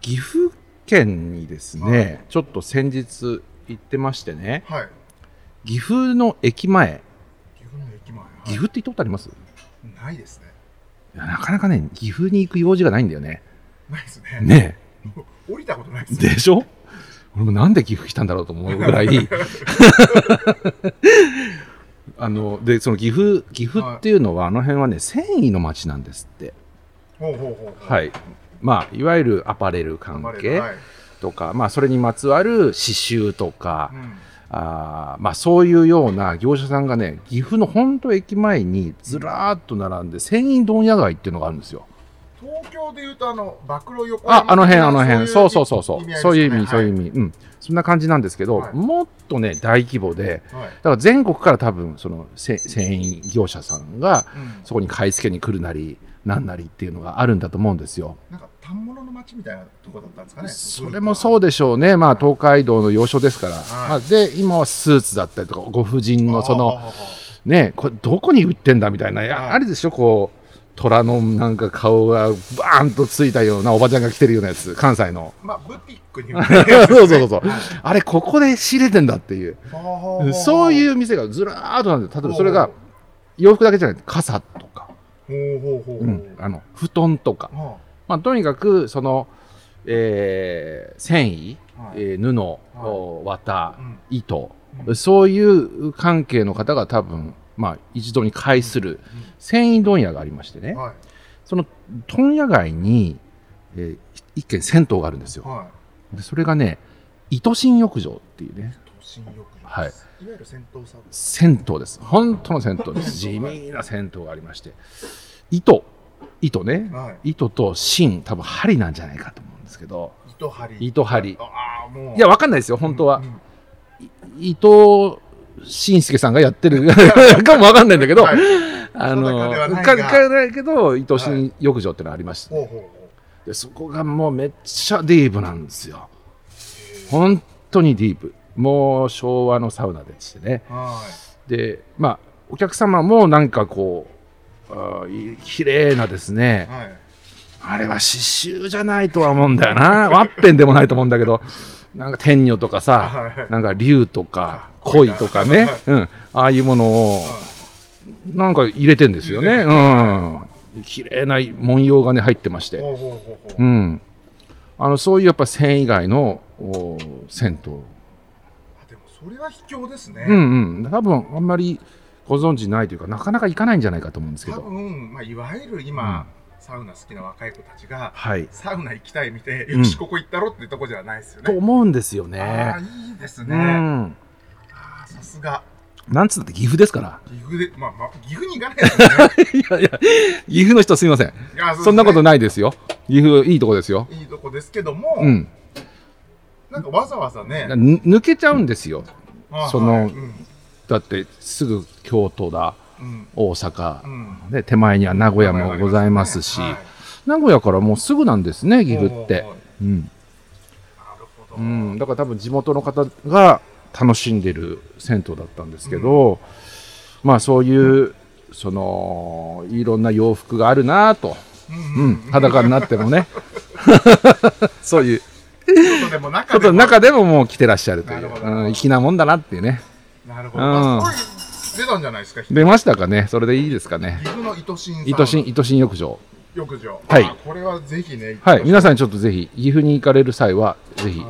Speaker 1: 岐阜県にですね、
Speaker 2: はい
Speaker 1: ちょっと先日行ってましてね
Speaker 2: はい。
Speaker 1: 岐阜の駅前
Speaker 2: 岐阜の駅前。はい
Speaker 1: 岐阜って行ったことあります、
Speaker 2: ないですね。
Speaker 1: いやなかなかね、岐阜に行く用事がないんだよね。
Speaker 2: ないですね。
Speaker 1: ね
Speaker 2: 降りたことないで
Speaker 1: え
Speaker 2: すね。
Speaker 1: でしょ俺もなんで岐阜来たんだろうと思うぐらい。 あの、で、その岐阜、岐阜っていうのは、あの辺はね、繊維の町なんですって。
Speaker 2: ほうほうほうほう。
Speaker 1: はい。まあ、いわゆるアパレル関
Speaker 2: 頑張れる
Speaker 1: 係
Speaker 2: はい。
Speaker 1: とか、まあ、それにまつわる刺繍とか
Speaker 2: う、ん
Speaker 1: あーまあ、そういうような業者さんがね、岐阜の本当駅前にずらーっと並んで、繊維問屋街っていうのがあるんですよ。
Speaker 2: 東京でいうと、あの、暴露横
Speaker 1: あ、
Speaker 2: 山
Speaker 1: あの辺、あの辺、そうそうそうそう、そういう意
Speaker 2: 合
Speaker 1: 味、
Speaker 2: です
Speaker 1: そう
Speaker 2: かね
Speaker 1: いう意味、うん、そんな感じなんですけど、
Speaker 2: はい
Speaker 1: もっとね、大規模で、
Speaker 2: はいはい
Speaker 1: だから全国から多分、そのせ繊維業者さんが、
Speaker 2: うん
Speaker 1: そこに買い付けに来るなり、なんなりっていうのがあるんだと思うんですよ。
Speaker 2: なんか、反物の街みたいなとこだったんですかね。
Speaker 1: それもそうでしょうね、まあ、東海道の要所ですから、
Speaker 2: はい
Speaker 1: まあで、今はスーツだったりとか、ご婦人のその、
Speaker 2: ああああ
Speaker 1: ね、これ、どこに売ってんだみたいな、や
Speaker 2: はい
Speaker 1: あるでしょ、こう。虎のなんか顔がバーンとついたようなおばちゃんが着てるようなやつ関西の
Speaker 2: まあ、ブティックに。。
Speaker 1: そうそうそうそう。あれ、ここで仕入れてんだっていう。そういうう店がずらーっとなんで、例えばそれ
Speaker 2: ほ
Speaker 1: が洋服だけじゃなくて、傘とか、
Speaker 2: ほうほうほうほう。
Speaker 1: うん、あの布団とか。
Speaker 2: は
Speaker 1: まあ、とにかく、その、えー繊維、
Speaker 2: あはい
Speaker 1: えー布、お綿
Speaker 2: う、ん
Speaker 1: 糸、
Speaker 2: うん
Speaker 1: そういう関係の方が多分、まあ、一度に会する繊維問屋がありましてね、
Speaker 2: はい。
Speaker 1: その問屋街に、えー一軒銭湯があるんですよ。
Speaker 2: は
Speaker 1: でそれがね、糸新浴場っていうね。
Speaker 2: い。都新浴場
Speaker 1: はい
Speaker 2: です、い、わゆる戦闘サービス
Speaker 1: 銭湯です本当の銭湯です地味な銭湯がありまして糸糸ね
Speaker 2: はい
Speaker 1: 糸と芯多分針なんじゃないかと思うんですけど
Speaker 2: 糸張り
Speaker 1: 糸針
Speaker 2: ああもう
Speaker 1: いやわかんないですよ本当は
Speaker 2: うんうん
Speaker 1: い伊藤慎介さんがやってるかもわかんないんだけど、
Speaker 2: はい
Speaker 1: あ
Speaker 2: そんな
Speaker 1: の
Speaker 2: 感じはない
Speaker 1: か
Speaker 2: が
Speaker 1: かないけど伊藤新浴場っていうのがありまして、
Speaker 2: ほうほうほ
Speaker 1: でそこがもうめっちゃディープなんですよ本当にディープもう昭和のサウナでしてね
Speaker 2: うは
Speaker 1: でまあお客様もなんかこうあーい綺麗なです
Speaker 2: い
Speaker 1: ね
Speaker 2: はい
Speaker 1: あれは刺繍じゃないとは思うんだよなワッペンでもないと思うんだけどなんか天女とかさ、
Speaker 2: はい
Speaker 1: なんか竜とか鯉とかね、うん、ああいうものをなんか入れてんですよね。うん。綺麗な文様がね入ってまして、
Speaker 2: ほうほうほうほう
Speaker 1: うん。あのそういうやっぱ繊維以外のお銭湯、
Speaker 2: あでもそれは卑怯ですね、
Speaker 1: うんうん。多分あんまりご存知ないというかなかなか行かないんじゃないかと思うんですけ
Speaker 2: 多
Speaker 1: ど。
Speaker 2: 分、まあ、いわゆる今、サウナ好きな若い子たちが
Speaker 1: はい。
Speaker 2: サウナ行きたい見て、
Speaker 1: うん
Speaker 2: よしここ行ったろってとこじゃないですよ
Speaker 1: と
Speaker 2: ね、
Speaker 1: 思うんですよ
Speaker 2: ああ
Speaker 1: ね。
Speaker 2: いいです
Speaker 1: う
Speaker 2: ね、あ
Speaker 1: ん。
Speaker 2: あさすが
Speaker 1: なんつったって岐阜ですから。
Speaker 2: 岐阜で、まあまあ、岐阜に行かないですよね
Speaker 1: いやいや岐阜の人すいません。
Speaker 2: いや
Speaker 1: そんなこと
Speaker 2: な
Speaker 1: ないですよ。岐阜いいとこですよ。
Speaker 2: いいとこですけども、
Speaker 1: うん。
Speaker 2: なんかわざわざね
Speaker 1: な抜けちゃうんですよ。
Speaker 2: はい
Speaker 1: その
Speaker 2: はいうん
Speaker 1: だってすぐ京都だ
Speaker 2: うん
Speaker 1: 大阪
Speaker 2: うん
Speaker 1: で手前には名古屋もございますし、
Speaker 2: はい
Speaker 1: 名古屋からもうすぐなんですね岐阜っ
Speaker 2: お
Speaker 1: て
Speaker 2: いおいおい
Speaker 1: うん、
Speaker 2: なるほど、
Speaker 1: うん、だから多分地元の方が楽しんでる銭湯だったんですけど、まあそういうそのいろんな洋服があるなぁと、
Speaker 2: うん
Speaker 1: うん、裸になってもねそういう
Speaker 2: 外でも
Speaker 1: こ
Speaker 2: 中で
Speaker 1: との
Speaker 2: も
Speaker 1: 中でももう着てらっしゃるとい
Speaker 2: な
Speaker 1: う、
Speaker 2: るほど
Speaker 1: うん、粋なもんだなっていうね
Speaker 2: なるほど、
Speaker 1: うん
Speaker 2: まあすごい出たんじゃないですか岐
Speaker 1: 出ましたかねそれでいいですかね
Speaker 2: 阜の糸心
Speaker 1: 愛しん愛しん浴場
Speaker 2: 浴場
Speaker 1: はい
Speaker 2: あこれはぜひね
Speaker 1: はい、皆
Speaker 2: ん
Speaker 1: さんちょっとぜひ、岐阜に行かれる際は、ぜひ、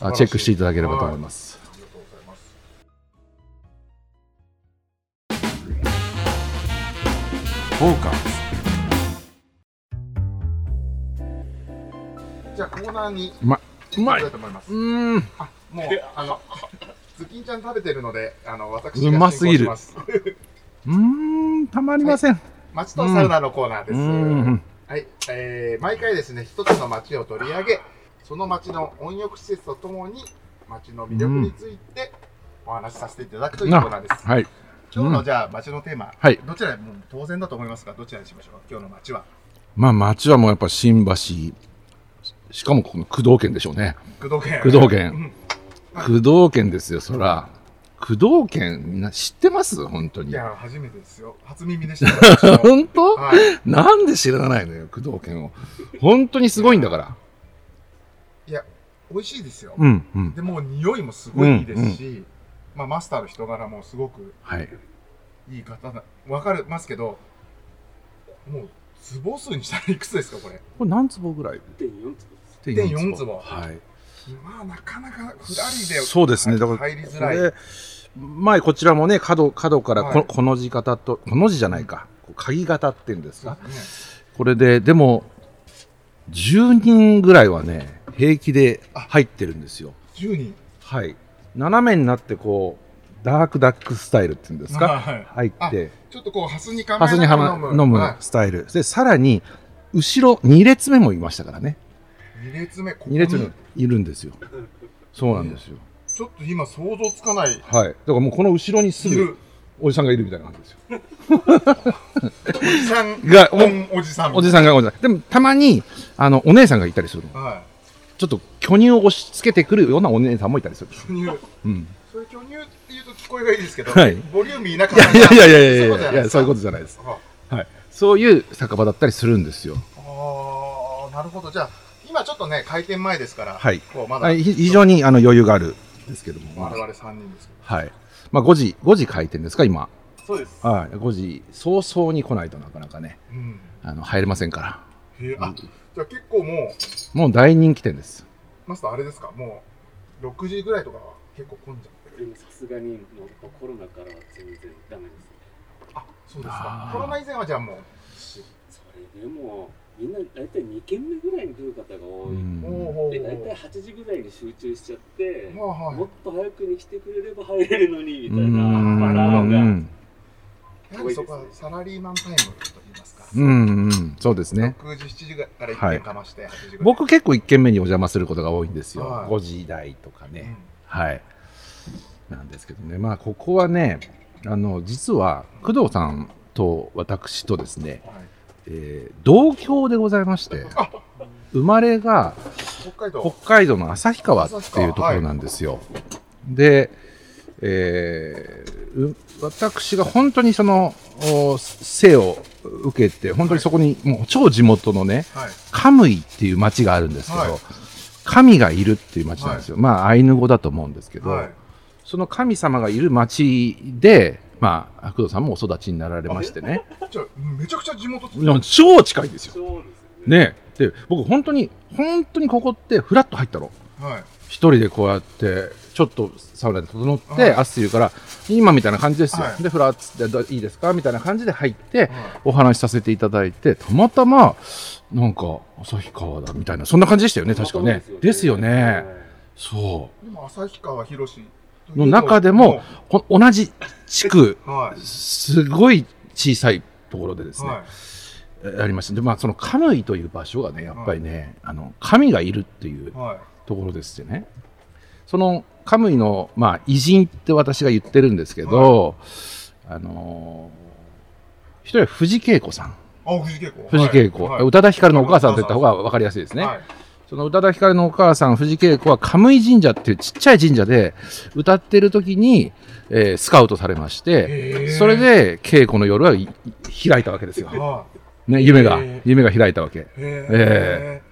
Speaker 1: あチェックしていただければと思い
Speaker 2: す
Speaker 1: ます。
Speaker 2: ありがとうございます。じゃあコーナーに
Speaker 1: うまいうまい
Speaker 2: 行きたと思います
Speaker 1: う。ーん、
Speaker 2: あ、もうあのズッキンちゃん食べてるので、あの私
Speaker 1: う
Speaker 2: が
Speaker 1: ますぎ
Speaker 2: 進行し
Speaker 1: る
Speaker 2: ます。
Speaker 1: うーん、たまりません。
Speaker 2: 町とサウナのコーナー
Speaker 1: う
Speaker 2: で
Speaker 1: ーん
Speaker 2: す。、はい、えー毎回ですね、一つの町を取り上げ、その町の温浴施設とともに町の魅力についてお話しさせていただくというコーナーです。
Speaker 1: はい、
Speaker 2: 今日のじゃあ町のテーマ、
Speaker 1: はい
Speaker 2: どちらもう当然だと思いますがどちらにしましょう今日の町は
Speaker 1: まあ、町はもうやっぱ新橋。しかも、この工藤県でしょうね。
Speaker 2: 工藤県
Speaker 1: 工藤県
Speaker 2: うん
Speaker 1: 工藤県ですよ、そら。工藤県、みんな知ってます、本当
Speaker 2: い
Speaker 1: に。
Speaker 2: や初めてですよ初耳でした 私も
Speaker 1: 本当。
Speaker 2: はい
Speaker 1: なんで知らないのよ、工藤県を。本当にすごいんだから。
Speaker 2: 美味しいですよ、
Speaker 1: うん、うん、
Speaker 2: でもう匂いもすごいいいですし、まあ、マスターの人柄もすごく
Speaker 1: はい。
Speaker 2: いい方だわかりますけどもう壺数にしたらいくつですかこれ
Speaker 1: これ何坪ぐらい。
Speaker 3: 1.4つ
Speaker 2: 1.4坪
Speaker 1: はい。
Speaker 2: まあなかなかふらりで
Speaker 1: そうですねだから
Speaker 2: 入りづらい
Speaker 1: で前こちらもね角角からこ,、
Speaker 2: はい
Speaker 1: この字型とこの字じゃないかこう鍵型っていうんです
Speaker 2: そう
Speaker 1: が
Speaker 2: ですね
Speaker 1: これででも10人ぐらいはね平気で入ってるんですよ
Speaker 2: 10人
Speaker 1: はい斜めになってこうダークダックスタイルっていうんですか
Speaker 2: は
Speaker 1: 入
Speaker 2: い
Speaker 1: って
Speaker 2: ちょっとこうハスに構
Speaker 1: パス
Speaker 2: え
Speaker 1: には
Speaker 2: ながら
Speaker 1: ま飲む
Speaker 2: はい
Speaker 1: スタイル、でさらに後ろ2列目もいましたからね
Speaker 2: 二列目ここ
Speaker 1: 2
Speaker 2: に
Speaker 1: 列目いるんですよそうなんですよ
Speaker 2: ちょっと今想像つかない
Speaker 1: はいだからもうこの後ろにす
Speaker 2: い
Speaker 1: ぐ
Speaker 2: る
Speaker 1: おじさんがいるみたいな感じですよ
Speaker 2: おじさん
Speaker 1: が
Speaker 2: おんおじさん
Speaker 1: おじさんがごめんなさいでもたまにあのお姉さんがいたりするの
Speaker 2: は
Speaker 1: ちょっと巨乳を押し付けてくるようなお姉さんもいたりする
Speaker 2: い、巨乳
Speaker 1: うん、
Speaker 2: それ巨乳っていうと聞こえがいいですけど、
Speaker 1: はい
Speaker 2: ボリューミーな感
Speaker 1: い やいやいやいやいやいやいやそういうこととじゃないです
Speaker 2: じゃないですか
Speaker 1: そういう酒場だったりするんですよ
Speaker 2: ああなるほどじゃあ今ちょっとね開店前ですから、
Speaker 1: はい
Speaker 2: こうまだ
Speaker 1: はいひ非常にあの余裕があるんですけども、
Speaker 2: 我々三人ですけ
Speaker 1: はいまあ、5時5時開店ですか今
Speaker 3: そうです。
Speaker 1: はい5時早々に来ないとなかなかね
Speaker 2: ど、うん、
Speaker 1: あの入れませんから
Speaker 2: へえあじゃあ結構も
Speaker 1: もう大人気店です
Speaker 2: うマスターあれですかもう6時ぐらいとかは結構混んじゃってる
Speaker 3: でもさすがにもうやっぱコロナからは全然ダメですね。
Speaker 2: あそうです
Speaker 1: あー
Speaker 2: かコロナ以前はじゃあもう
Speaker 3: それでもみんな大体2軒目ぐらいに来る方が
Speaker 1: う
Speaker 3: 多い。
Speaker 2: おー
Speaker 1: ん
Speaker 2: おーお
Speaker 3: で
Speaker 2: ー
Speaker 3: 大体8時ぐらいに集中しちゃって、
Speaker 2: はあ
Speaker 3: も
Speaker 2: は
Speaker 3: っと早くに来てくれれば入れるのにみた
Speaker 1: う
Speaker 3: い
Speaker 1: ん
Speaker 3: なパターン
Speaker 1: う
Speaker 3: が
Speaker 1: ん
Speaker 2: い、やはりそこはサラリーマンタイムと言いますか、
Speaker 1: うんうんそうですね
Speaker 2: 6時、7時ぐらいから
Speaker 1: は
Speaker 2: 1
Speaker 1: い
Speaker 2: 点かまして、8時ぐらい。
Speaker 1: 僕結構1軒目にお邪魔することが多いんですよ、
Speaker 2: はい
Speaker 1: 5時台とか
Speaker 2: う
Speaker 1: ね、
Speaker 2: ん
Speaker 1: はいなんですけどねまあここはねあの実は工藤さんと私とですね、
Speaker 2: はい
Speaker 1: えー同郷でございまして
Speaker 2: あ
Speaker 1: 生まれが
Speaker 2: 北
Speaker 1: 北
Speaker 2: 海道、
Speaker 1: 海道の旭川っていうところなんですよ。で、えーう私が本当にそのお生を受けて本当にそこにもう超地元のね
Speaker 2: はい、
Speaker 1: カムイっていう町があるんですけど、
Speaker 2: はい
Speaker 1: 神がいるっていう町なんですよ、まあアイヌ語だと思うんですけど、
Speaker 2: はい、
Speaker 1: その神様がいる町で、まあ、工藤さんもお育ちになられましてね
Speaker 2: じゃあめちゃくちゃ地元
Speaker 1: でも超近いんですよ。
Speaker 3: そうですよね
Speaker 1: ねで僕本当に本当にここってフラッと入ったの。
Speaker 2: はい、
Speaker 1: 一人でこうやってちょっとサウナで整って、
Speaker 2: はい
Speaker 1: アッシー言うから今みたいな感じですよ、
Speaker 2: はい
Speaker 1: でフラッツでどいいですかみたいな感じで入って
Speaker 2: は
Speaker 1: お話しさせていただいてたまたまなんか旭川だみたいなそんな感じでしたよね確かねですよね、そ
Speaker 2: い、でも旭川広し
Speaker 1: の中でも、うこ同じ地区
Speaker 2: はい、
Speaker 1: すごい小さいところでですね、
Speaker 2: は
Speaker 1: えありましたでまあそのカムイという場所がねやっぱりね、あの神がいるっていう
Speaker 2: い、はい、
Speaker 1: ところでしてねそのカムイの、まあ、偉人って私が言ってるんですけど、あのー一人は藤恵子さん
Speaker 2: あ、藤恵子、
Speaker 1: 藤恵子、
Speaker 2: はいはい
Speaker 1: 宇多田ヒカルのお母さんと言った方が分かりやすいですね、
Speaker 2: はい、
Speaker 1: その宇多田ヒカルのお母さん藤恵子はカムイ神社っていうちっちゃい神社で歌ってる時に、えースカウトされまして、
Speaker 2: へー
Speaker 1: それ、で稽古の夜はいい開いたわけですよ、
Speaker 2: は
Speaker 1: ね、夢が、
Speaker 2: へー
Speaker 1: 夢が開いたわけ
Speaker 2: い、へ
Speaker 1: え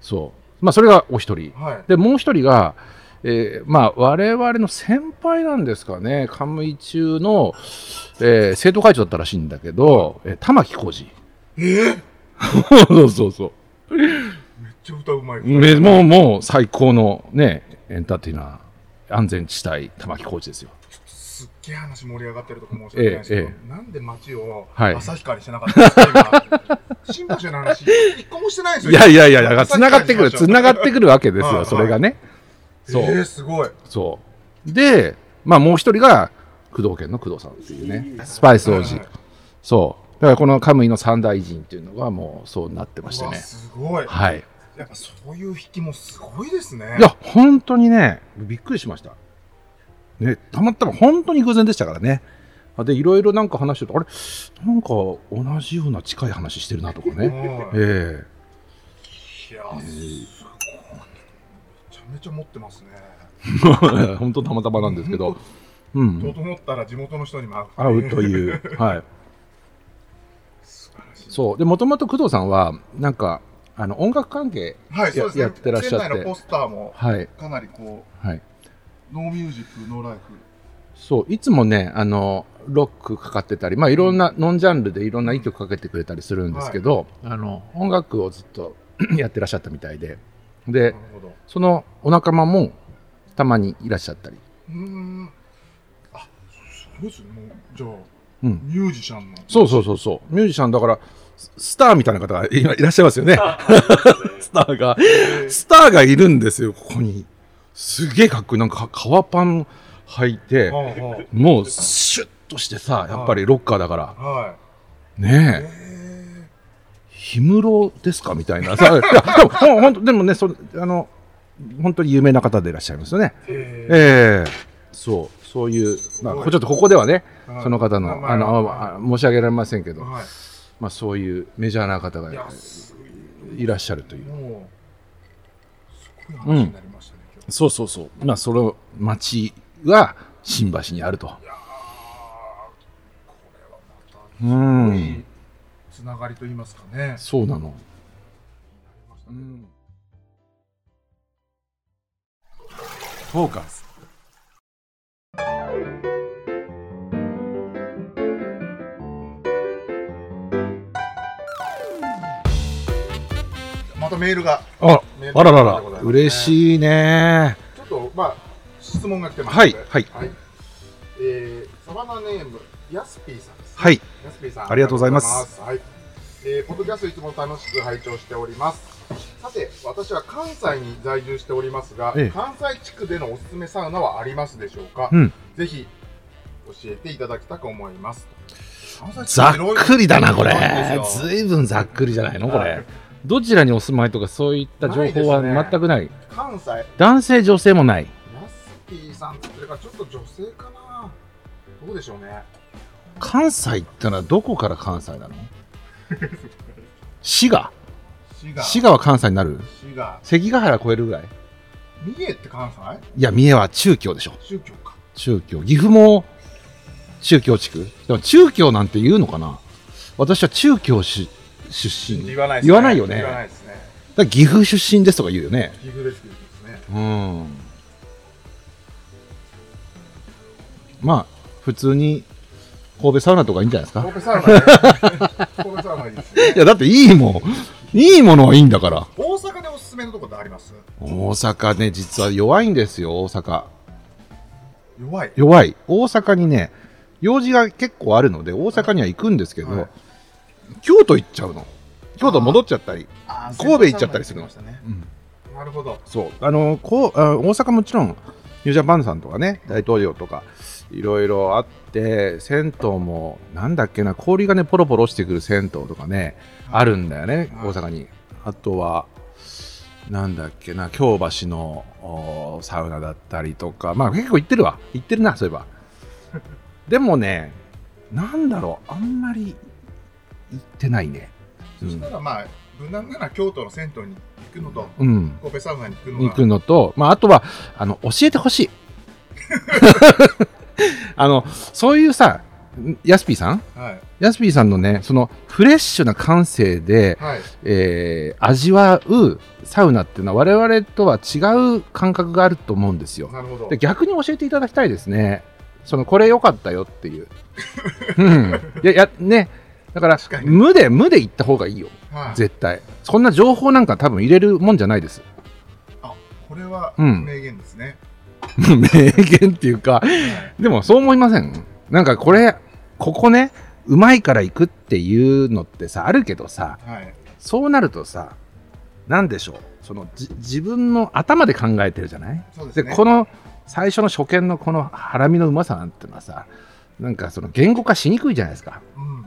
Speaker 1: そうまあそれがお一人
Speaker 2: ー、はい、
Speaker 1: でもう一人が、えーまあ我々の先輩なんですかねカムイ中の、えー生徒会長だったらしいんだけど、えー玉置浩二
Speaker 2: えー、
Speaker 1: そうそうそう
Speaker 2: めっちゃ歌うまい、
Speaker 1: めもうもう最高のねエンターテイナー安全地帯玉置浩二ですよ
Speaker 2: すっげえ話盛り上がってるとこ申し訳ないですけど、
Speaker 1: えええ
Speaker 2: なんで街を
Speaker 1: はい
Speaker 2: 旭川にしてなかったんですか、今新橋の話、一個もしてないですよ。
Speaker 1: いやいやいやだからつながってくる
Speaker 2: 旭川
Speaker 1: つ
Speaker 2: にしましょう
Speaker 1: ながってくるわけです
Speaker 2: はいは
Speaker 1: よ
Speaker 2: い
Speaker 1: それがねそう、
Speaker 2: えー、すごい。
Speaker 1: そうでまあもう一人が工藤家の工藤さんっていうねスパイス王子、
Speaker 2: はい
Speaker 1: そうだからこのカムイの三大偉人っていうのがもうそうなってまして
Speaker 2: うわ
Speaker 1: ね
Speaker 2: すごい。
Speaker 1: はい
Speaker 2: やっぱそういう引きもすごいですね。
Speaker 1: いや、本当にね、びっくりしました。ね、たまたま本当に偶然でしたからね。で、いろいろなんか話してると、あれ、なんか同じような近い話してるなとかね。
Speaker 2: はい、いや、
Speaker 1: え
Speaker 2: すごい。めちゃめちゃ持ってますね。
Speaker 1: え本当たまたまなんですけど、う
Speaker 2: 整
Speaker 1: ん、
Speaker 2: ったら地元の人にも会
Speaker 1: 会
Speaker 2: う。
Speaker 1: うという、 はい、
Speaker 2: 素晴らしい。
Speaker 1: そう、で、もともと工藤さんは、なんか、あの音楽関係、
Speaker 2: はい、そうですね。
Speaker 1: やってらっしゃって
Speaker 2: 店内のポスターも
Speaker 1: はい、
Speaker 2: かなりこ
Speaker 1: はい、
Speaker 2: う、ノーミュージック、ノーライフ。
Speaker 1: そう、いつもね、あのロックかかってたり、まあ、いろんな、ノンジャンルでいろんないい曲かけてくれたりするんですけど、あの音楽をずっと やってらっしゃったみたいで、
Speaker 2: な
Speaker 1: で
Speaker 2: る、ほど。
Speaker 1: そのお仲間もたまにいらっしゃったり、
Speaker 2: うーん。あ、そうですね。もうじゃあ、
Speaker 1: うん、
Speaker 2: ミュージシャンの。
Speaker 1: そうそうそうそう、ミュージシャンだから、ススターみたいな方が今いらっしゃいますよね、 スターが、
Speaker 2: えー
Speaker 1: スターがいるんですよ、ここに。すげえかっこいい、なんか革パン履いて、
Speaker 2: は
Speaker 1: もうシュッとしてさ、やっぱりロッカーだから
Speaker 2: あ、はあはい。
Speaker 1: ねえ。
Speaker 2: え
Speaker 1: 氷室ですかみたいな。 さいやでもほんほんとでもねそ、あの、本当に有名な方でいらっしゃいますよね。
Speaker 2: ーえ
Speaker 1: え
Speaker 2: ー
Speaker 1: えそう、そういう、まあ、
Speaker 2: すごい
Speaker 1: ちょっとここではね、
Speaker 2: はい
Speaker 1: その方の、
Speaker 2: ま
Speaker 1: あの、
Speaker 2: は
Speaker 1: あ申し上げられませんけ
Speaker 2: い
Speaker 1: ど、
Speaker 2: は
Speaker 1: まあ、そういうメジャーな方が
Speaker 2: い。いや、
Speaker 1: い
Speaker 2: すごい。
Speaker 1: らっしゃるという。
Speaker 2: もう、すごい話になりましたね、今日。
Speaker 1: そうそうそう。まあ、その町が新橋にあると。
Speaker 2: いやー、これはま
Speaker 1: う
Speaker 2: た、いい
Speaker 1: ん。
Speaker 2: つながりと言いますかね。
Speaker 1: そうなの。フォーカス。
Speaker 2: またメールが、
Speaker 1: あ、
Speaker 2: メール
Speaker 1: あらら
Speaker 2: が
Speaker 1: ら
Speaker 2: ござ、いますね
Speaker 1: 嬉しいね。
Speaker 2: ちょっと、まあ、質問が来てます
Speaker 1: はいはい
Speaker 2: えーサバナネーム、ヤスピーさんですね、
Speaker 1: はい。
Speaker 2: ヤスピーさん。
Speaker 1: ありがとうございます
Speaker 2: ありがとうございますはい。えーポッドキャストいつも楽しく拝聴しております。さて、私は関西に在住しておりますが、
Speaker 1: ええ
Speaker 2: 関西地区でのおすすめサウナはありますでしょうか、
Speaker 1: うん
Speaker 2: ぜひ教えていただきたく思います。関西
Speaker 1: ざっ
Speaker 2: 地区いろいろ
Speaker 1: くりだな、これ
Speaker 2: そうなんで。すよ
Speaker 1: ずいぶんざっくりじゃないの、こ
Speaker 2: は
Speaker 1: れ
Speaker 2: い。
Speaker 1: どちらにお住まいとか、そういった情報は
Speaker 2: ないですね
Speaker 1: 全くない。
Speaker 2: 関西、ラ
Speaker 1: 男性、女性もない。
Speaker 2: スピーさんって言ってるから、ちょっと女性かな、どうでしょうね。
Speaker 1: 関西ってのはどこから関西なの滋賀
Speaker 2: 滋賀、
Speaker 1: 滋賀は関西になる
Speaker 2: 滋賀
Speaker 1: 関ヶ原超えるぐらい
Speaker 2: 三重って関
Speaker 1: いや、三重は中京でしょ。
Speaker 2: 西宗教か。
Speaker 1: 中京。岐阜も中京地区。でも中京なんて言うのかな私は中京出出身。
Speaker 2: 言わない
Speaker 1: 言わないよね。
Speaker 2: 言わな
Speaker 1: だか
Speaker 2: いですね。
Speaker 1: ら岐阜出身ですとか言うよね。
Speaker 2: 岐阜ですけどですね。
Speaker 1: うん。まあ、普通に神戸サウナとかいいんじゃないですか
Speaker 2: 神。戸サウナね 神戸サウナいいですね
Speaker 1: い。や、だっていいもん。いいものはいいんだから。
Speaker 2: 大阪でおすすめのとこってあります
Speaker 1: 大阪ね、実は弱いんですよ、大阪。
Speaker 2: 弱い。
Speaker 1: 弱い大阪にね用事が結構あるので大阪には行くんですけど、
Speaker 2: はい
Speaker 1: 京都行っちゃうの京都戻っちゃったり、
Speaker 2: あー
Speaker 1: 神戸行っちゃったりするの
Speaker 2: 仙台サウナ行って
Speaker 1: うん
Speaker 2: きましたねなるほど。
Speaker 1: そうあのこうあ大阪もちろんニュージャパンさんとかね大統領とかいろいろあって銭湯もなんだっけな氷がねポロポロ落ちてくる銭湯とかねあるんだよね
Speaker 2: はい
Speaker 1: 大阪にあとはなんだっけな京橋のおサウナだったりとかまあ結構行ってるわ行ってるなそういえばでもねなんだろうあんまり行ってないねう
Speaker 2: そし
Speaker 1: ん
Speaker 2: た、らまあ、無難なら京都の銭湯に行くのと、
Speaker 1: うん、
Speaker 2: 神戸サウナに行くの
Speaker 1: に
Speaker 2: が
Speaker 1: 行くのと、まあ、あとはあの教えてほしい あのそういうさヤスピーさん
Speaker 2: はい。
Speaker 1: ヤスピーさんのねそのフレッシュな感性で、
Speaker 2: はい。
Speaker 1: えー味わうサウナっていうのは我々とは違う感覚があると思うんですよ
Speaker 2: なるほど
Speaker 1: で。逆に教えていただきたいですねそのこれ良かったよっていう、うん、いやいやねだから
Speaker 2: 確かに
Speaker 1: 無で無で行った方がいいよ
Speaker 2: はい
Speaker 1: 絶対そんな情報なんか多分入れるもんじゃないです
Speaker 2: あ、これは
Speaker 1: うん
Speaker 2: 名言ですね。
Speaker 1: 名言っていうか、でもそう思いませんなんかこれ、ここね、うまいから行くっていうのってさ、あるけどさ、
Speaker 2: はい。
Speaker 1: そうなるとさ、なんでしょう、そのじ自分の頭で考えてるじゃない
Speaker 2: そうです
Speaker 1: で、
Speaker 2: ね。
Speaker 1: この最初の初見のこのハラミのうまさなんてのはさ、なんかその言語化しにくいじゃないですか。
Speaker 2: うん。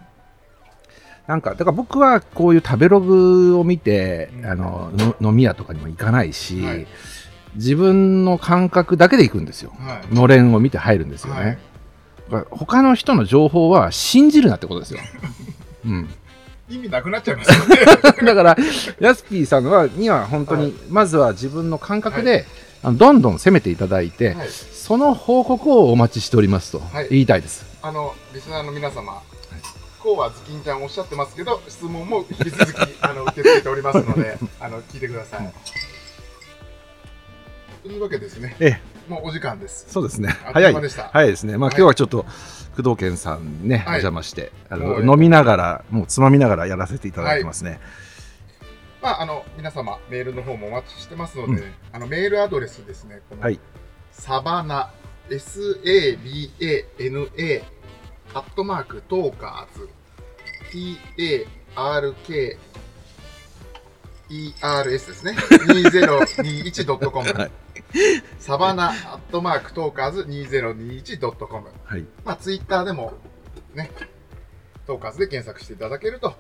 Speaker 1: なんか、だから僕はこういう食べログを見て、
Speaker 2: うん
Speaker 1: あのの飲み屋とかにも行かないし、
Speaker 2: はい
Speaker 1: 自分の感覚だけで行くんですよ。
Speaker 2: はい。
Speaker 1: のれんを見て入るんですよね、
Speaker 2: はい
Speaker 1: だから他の人の情報は信じるなってことです よ、うん、
Speaker 2: 意味なくなっちゃいますよね。
Speaker 1: だからヤスピーさんはには本当に、
Speaker 2: はい
Speaker 1: まずは自分の感覚で、あのどんどん攻めていただいて、
Speaker 2: はい。
Speaker 1: その報告をお待ちしておりますと
Speaker 2: はい
Speaker 1: 言いたいです、
Speaker 2: あの、リスナーの皆様、こうはズキンちゃんおっしゃってますけど、質問も引き 続きあの受け付けておりますので、あの聞いてください。というわけですね。
Speaker 1: ええ
Speaker 2: もうお時間です。
Speaker 1: そうですね
Speaker 2: あっとい
Speaker 1: 早
Speaker 2: う
Speaker 1: い
Speaker 2: 間でした。
Speaker 1: 早いですね、まあ、
Speaker 2: はい
Speaker 1: 今日はちょっと工藤健さんね、お
Speaker 2: はい
Speaker 1: 邪魔してあ
Speaker 2: も
Speaker 1: の
Speaker 2: う
Speaker 1: 飲みながらもうつまみながらやらせていただいてますね、
Speaker 2: まああの皆様メールの方もお待ちしてますので、あのメールアドレスですね。この、
Speaker 1: はい
Speaker 2: サバナ S A B A N A アットマークトーカーズ T A R K ERS ですね。2021.com、
Speaker 1: はい
Speaker 2: サバナアットマークトーカーズ 2021.com
Speaker 1: はい
Speaker 2: まあ、ツイッターでもね、トーカーズで検索していただけると、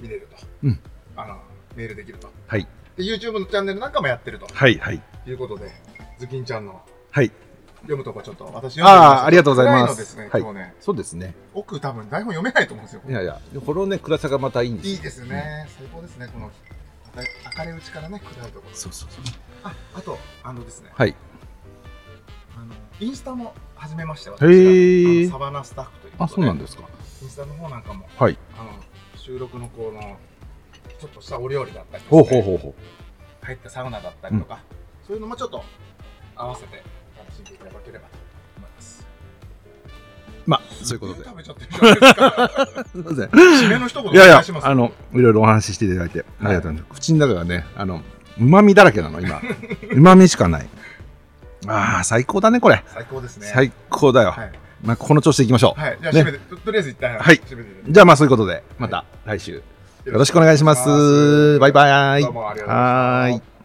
Speaker 2: 見れると、
Speaker 1: うん
Speaker 2: あのメールできると、
Speaker 1: はい
Speaker 2: で、YouTube のチャンネルなんかもやってると
Speaker 1: はいはい
Speaker 2: いうことで、ズキンちゃんの
Speaker 1: はい
Speaker 2: 読むとこちょっと私読んでみ
Speaker 1: あーありがとうございます
Speaker 2: 暗ですね、
Speaker 1: はい
Speaker 2: 今日ね、
Speaker 1: そうですね
Speaker 2: 奥、多分台本読めないと思うんですよ、
Speaker 1: いやいやこのね暗さがまたいいんですよ
Speaker 2: いいですね、最高ですね、この明るいうちからね、暗いところ。
Speaker 1: そうそうそう
Speaker 2: ああと、あのですね、
Speaker 1: はい
Speaker 2: あのインスタも始めましたよ、
Speaker 1: へー
Speaker 2: あのサバナスタッフということで、
Speaker 1: あそうなんですか
Speaker 2: インスタの方なんかも、
Speaker 1: はい
Speaker 2: あの収録のこのちょっとしたお料理だったりとか
Speaker 1: ほうほうほうほ
Speaker 2: 入ったサウナだったりとか、そういうのもちょっと合わせて楽しんでいただければと思います。
Speaker 1: うまあそういうことで
Speaker 2: 食べちゃってるじゃないです か。
Speaker 1: すいません
Speaker 2: 締めの一言お
Speaker 1: いやい
Speaker 2: 願
Speaker 1: や
Speaker 2: いします。
Speaker 1: あのいろいろお話ししていただいてありがとうございます、口の中がねあのうまみだらけなの 今うまみしかないあー最高だねこれ
Speaker 2: 最高ですね。
Speaker 1: 最高だよ、
Speaker 2: はい。
Speaker 1: まあ、この調子でいきましょう、
Speaker 2: はい。じゃあ
Speaker 1: ね
Speaker 2: 締めて、ととりあえず一旦
Speaker 1: はい
Speaker 2: 締めていただいて
Speaker 1: じゃあまあそういうことでまた来週よろしくお願いします。バイバイ。
Speaker 2: どうもありがとうございました
Speaker 1: はーい